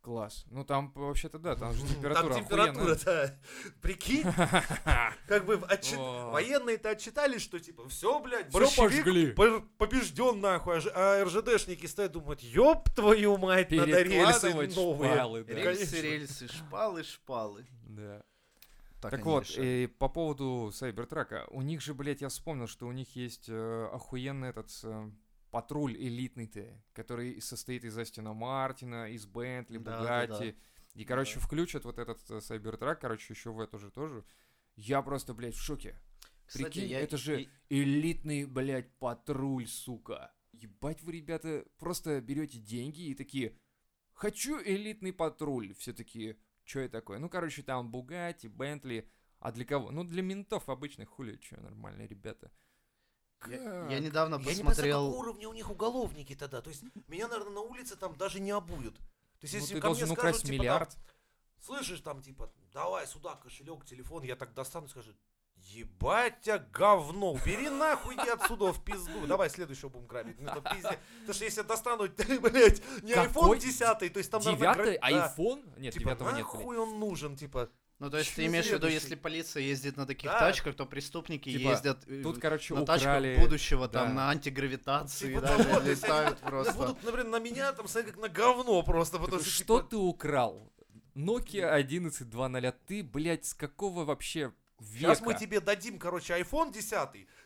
B: Класс. Ну там вообще-то да, там же температура
A: Там температура, да. Прикинь,
B: охуенная.
A: как бы отчи-
B: О.
A: военные-то отчитались, что типа все, блядь,
B: Всё
A: борщевик
B: пожгли.
A: побежден нахуй, а ж- а РЖДшники стоят думают, ёб твою мать, надо рельсы
B: Перекладывать
A: новые.
B: шпалы, да.
A: Конечно.
C: Рельсы, рельсы, шпалы, шпалы.
B: Да.
C: они
B: Так вот,
C: решают.
B: и по поводу Сайбертрака. У них же, блядь, я вспомнил, что у них есть э, охуенный этот... э, патруль элитный-то, который состоит из Астина Мартина, из Бентли,
C: Да-да-да.
B: Бугатти. И, короче, включат вот этот э, Сайбертрак, короче, еще в эту же тоже. Я просто, блядь, в шоке. Прикинь, это же- Элитный, блядь, патруль, сука. Ебать вы, ребята, просто берете деньги и такие, хочу элитный патруль. Все такие, что это такое? Ну, короче, там Бугатти, Бентли. А для кого? Ну, для ментов обычных хули, че, нормальные ребята.
C: Я, я
B: Как? Ну,
C: недавно
A: Я не понимаю,
C: посмотрел...
A: какого уровня у них уголовники тогда. То есть меня, наверное, на улице там даже не обуют. То есть
B: Ну,
A: если
B: ты
A: ко мне
B: должен
A: скажут,
B: украсть
A: типа, там,
B: миллиард.
A: слышишь там, типа, давай сюда кошелек, телефон, я так достану и скажу, ебать тебя говно, убери нахуй иди отсюда в пизду, давай следующего будем грабить. Ну, это пиздец. Потому что если я достану, блядь, не
B: Какой
A: iPhone 10, то есть там, наверное,
B: Девятый
A: гра- да.
B: айфон? Нет,
A: Типа,
B: девятого нет. блядь.
A: нахуй он нужен, типа,
C: Ну, то есть ты
A: Чё
C: имеешь в виду,
A: следующий?
C: если полиция ездит на таких
A: Да.
C: тачках, то преступники
B: Типа,
C: ездят э,
B: Тут, короче,
C: на
B: украли...
C: тачках будущего, там,
B: да.
C: на антигравитации,
A: Типа
C: да,
A: того, то есть
C: летают
A: Да
C: просто.
A: будут, например, на меня там смотреть как на говно просто, потому
B: Такой,
A: что,
B: Что
A: типа,
B: ты украл? Nokia 11.2.0. Ты, блядь, с какого вообще века?
A: Сейчас мы тебе дадим, короче, iPhone 10,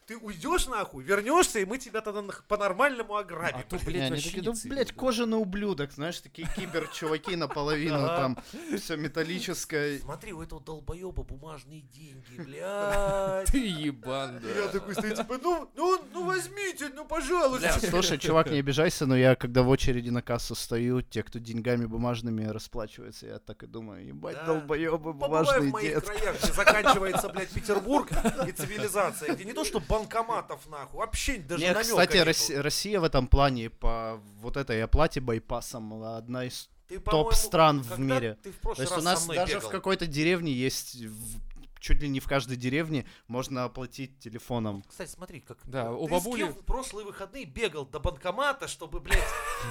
A: ты уйдешь нахуй, вернешься, и мы тебя тогда нах- по-нормальному ограбим.
B: А то,
C: Не,
B: блядь,
C: они
B: вообще
C: такие,
B: не
C: ну,
B: ценят,
C: блядь,
B: да.
C: кожаный ублюдок, знаешь, такие кибер-чуваки наполовину,
A: Ага.
C: там, все металлическое.
A: Смотри, у этого долбоеба бумажные деньги, блядь.
B: Ты ебан,
A: И Я
B: да.
A: такой стою, типа, ну, ну, ну возьмите, ну пожалуйста.
C: Слушай, чувак, не обижайся, но я, когда в очереди на кассу стою, те, кто деньгами бумажными расплачивается, я так и думаю, ебать,
A: Да.
C: долбоебы,
A: Побывай в
C: бумажные
A: моих
C: дед.
A: краях, где заканчивается, блядь, Петербург и цивилизация, где не то, что банкоматов, нахуй, вообще даже
C: Не,
A: намека
C: кстати,
A: нету.
C: Россия, Россия в этом плане по вот этой оплате байпасом э, одна из...
A: Ты,
C: топ
A: по-моему,
C: стран в
A: когда
C: мире.
A: Ты в
C: То
A: прошлый
C: есть у
A: раз
C: нас
A: со мной
C: даже
A: бегал.
C: в какой-то деревне есть, в- чуть ли не в каждой деревне можно оплатить телефоном.
A: Кстати, смотри, как
B: Да, у
A: ты
B: бабули-
A: с кем в прошлые выходные бегал до банкомата, чтобы, блядь,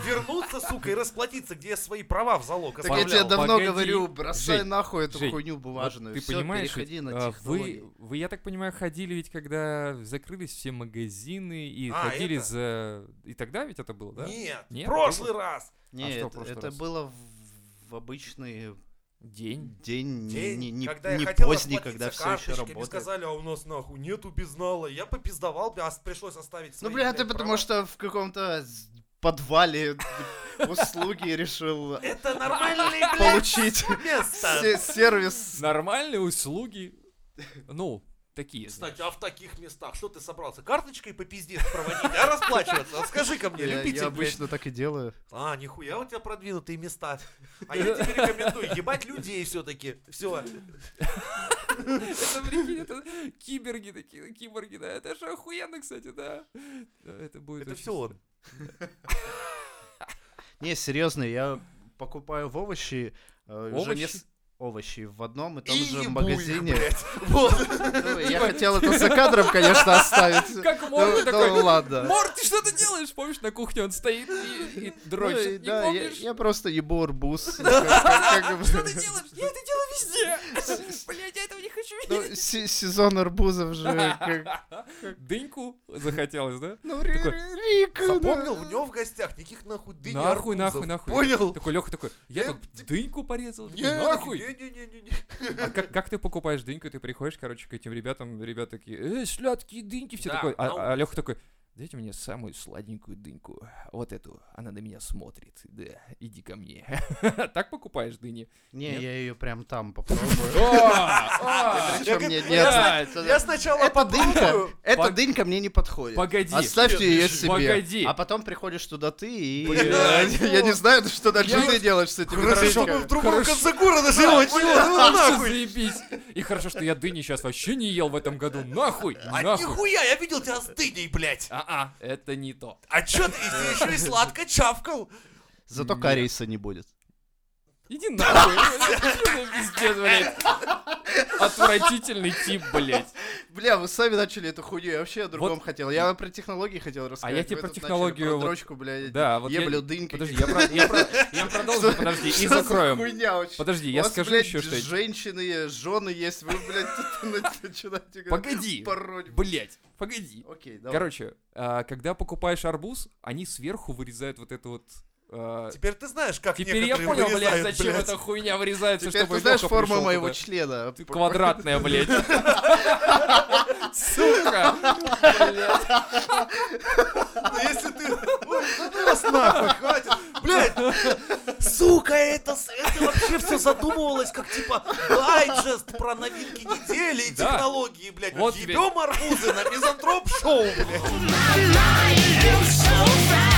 A: вернуться, сука, и расплатиться, где я свои права в залог
C: Так я
A: оставлял.
C: тебе давно
B: Погоди,
C: говорю, бросай
B: Жень,
C: нахуй эту
B: Жень,
C: хуйню бумажную.
B: Вот ты
C: Всё,
B: понимаешь,
C: переходи
B: ведь,
C: на
B: а,
C: технологии.
B: вы, вы, я так понимаю, ходили ведь, когда закрылись все магазины и
A: А,
B: ходили
A: это?
B: за... И тогда ведь это было, да?
A: Нет,
B: Нет,
A: прошлый раз.
B: что
C: Не,
B: в
C: это,
B: прошлый
C: это
B: раз?
C: было в, в обычный
B: День.
C: день, не-
A: День,
C: не, не-
A: когда я
C: не
A: хотел
C: поздний,
A: расплатиться
C: когда все еще
A: карточкой, мне
C: работает.
A: сказали, а у нас нахуй нету безнала. Я попиздовал, бля, а с- пришлось оставить
C: Ну,
A: свои,
C: бля, ты
A: права.
C: потому что в каком-то с- подвале услуги решил
A: Это нормальный, блядь,
C: получить
A: место.
C: се- сервис.
B: Нормальные услуги. Ну, такие.
A: Кстати, а в таких местах что ты собрался? Карточкой по пизде проводить, а расплачиваться? Вот Скажи-ка мне,
C: Я
A: любитель,
C: я
A: блядь,
C: обычно так и делаю.
A: А, нихуя у тебя продвинутые места. А я тебе рекомендую ебать людей все-таки. Все.
B: Это, прикинь, это киберги такие, ну, киборги, да. Это же охуенно, кстати, да. Да, Это будет
A: Это
B: очень
A: все он.
C: Не, серьезно, я покупаю в овощи. э, уже
B: Овощи?
C: нес- Овощи в одном и том
A: И
C: же
A: ебу их,
C: магазине.
A: блядь. Вот.
C: Ну, Я хотел это за кадром, конечно, оставить.
B: Как
C: Ну,
B: можно
C: ну,
B: такой,
C: ладно.
B: Мор, ты что ты делаешь? Помнишь, на кухне он стоит и, и
C: Ну, и
B: дрочит. не
C: да, я,
B: помнишь?
C: я просто ебу арбуз. Как- как- как бы-
B: А Что ты делаешь? Я это делаю везде. Блядь, я этого не хочу
C: Ну,
B: видеть.
C: се- сезон арбузов же. как-
B: Дыньку захотелось, да?
C: Ну, Ри-
B: Такой, «А,
C: Ри- Рика.
A: Запомнил,
C: да.
A: у него в гостях никаких нахуй дынь и
B: Нахуй,
A: арбузов.
B: нахуй, нахуй.
A: Понял?
B: Такой Леха такой, я
A: Э,
B: тут дыньку порезал. Такой, «Ну,
A: Не,
B: Нахуй.
A: Не-не-не-не.
B: А как, как ты покупаешь дыньку, ты приходишь, короче, к этим ребятам, ребята такие, э, сладкие дыньки, все
A: Да,
B: такой,
A: а
B: а, Леха такой, дайте мне самую сладенькую дыньку, вот эту, она на меня смотрит, да, иди ко мне. Так покупаешь дыни?
C: Не,
B: Нет?
C: я ее прям там попробую. Причём
A: Я
C: мне-
A: как-
C: нет,
A: я,
C: это-
A: Я сначала
C: Эта
A: попробую.
C: дынька, эта
B: Пог-
C: дынька мне не подходит.
B: Погоди.
C: Оставьте ее себе.
B: Погоди.
C: А потом приходишь туда ты и...
A: Блин,
C: э,
A: ну.
C: Я не знаю, что дальше
B: Я-
C: ты делаешь с этими
A: Хорошо, мы
C: дыньками.
A: в другом конце города живем. чего? Ну
B: Вообще
A: нахуй.
B: заебись. И хорошо, что я дыни сейчас вообще не ел в этом году, нахуй,
A: А
B: нахуй.
A: нихуя, я видел тебя с дыней, блядь.
B: А-а, это не то.
A: А чё ты еще и сладко чавкал?
C: Зато
B: Нет.
C: кариеса не будет.
B: Иди нахуй. Что за пиздец, блядь? Отвратительный тип, блядь.
C: Бля, вы сами начали эту хуйню, я вообще о другом хотел. Я про технологии хотел рассказать.
B: А тебе
C: вы
B: про
C: тут начали
B: технологию
C: Про
B: вот-
C: дрочку, бля,
B: Да, вот я-
C: еблю дыньки.
B: Подожди, я, про- я про- я продолжу,
C: Что-
B: подожди, и
C: что за
B: закроем.
C: хуйня вообще?
B: Подожди,
C: У
B: я
C: вас,
B: скажу
C: блядь,
B: еще, что...
C: женщины, жены есть, вы, блядь, тут на- начинаете говорить
B: Погоди,
C: пародию.
B: блядь, погоди.
C: Окей, давай.
B: Короче, а, когда покупаешь арбуз, они сверху вырезают вот это вот... а,
C: Типа,
A: Теперь ты знаешь, как
B: Теперь я
A: некоторые
B: понял, блядь,
A: вырезают,
B: зачем
A: блядь.
B: эта хуйня вырезается,
C: Теперь
B: чтобы
C: ты знаешь
B: Лёха
C: форму
B: пришёл
C: моего
B: туда.
C: члена.
B: Ты Квадратная, блядь. Сука! Блядь.
A: Ну, Если ты вообще все задумывалось, как типа дайджест про новинки недели и
B: Да.
A: технологии, блядь.
B: Вот
A: Вот
B: тебе-
A: Ебем арбузы на мизантроп-шоу, блядь.
D: I'm lying, you so fast.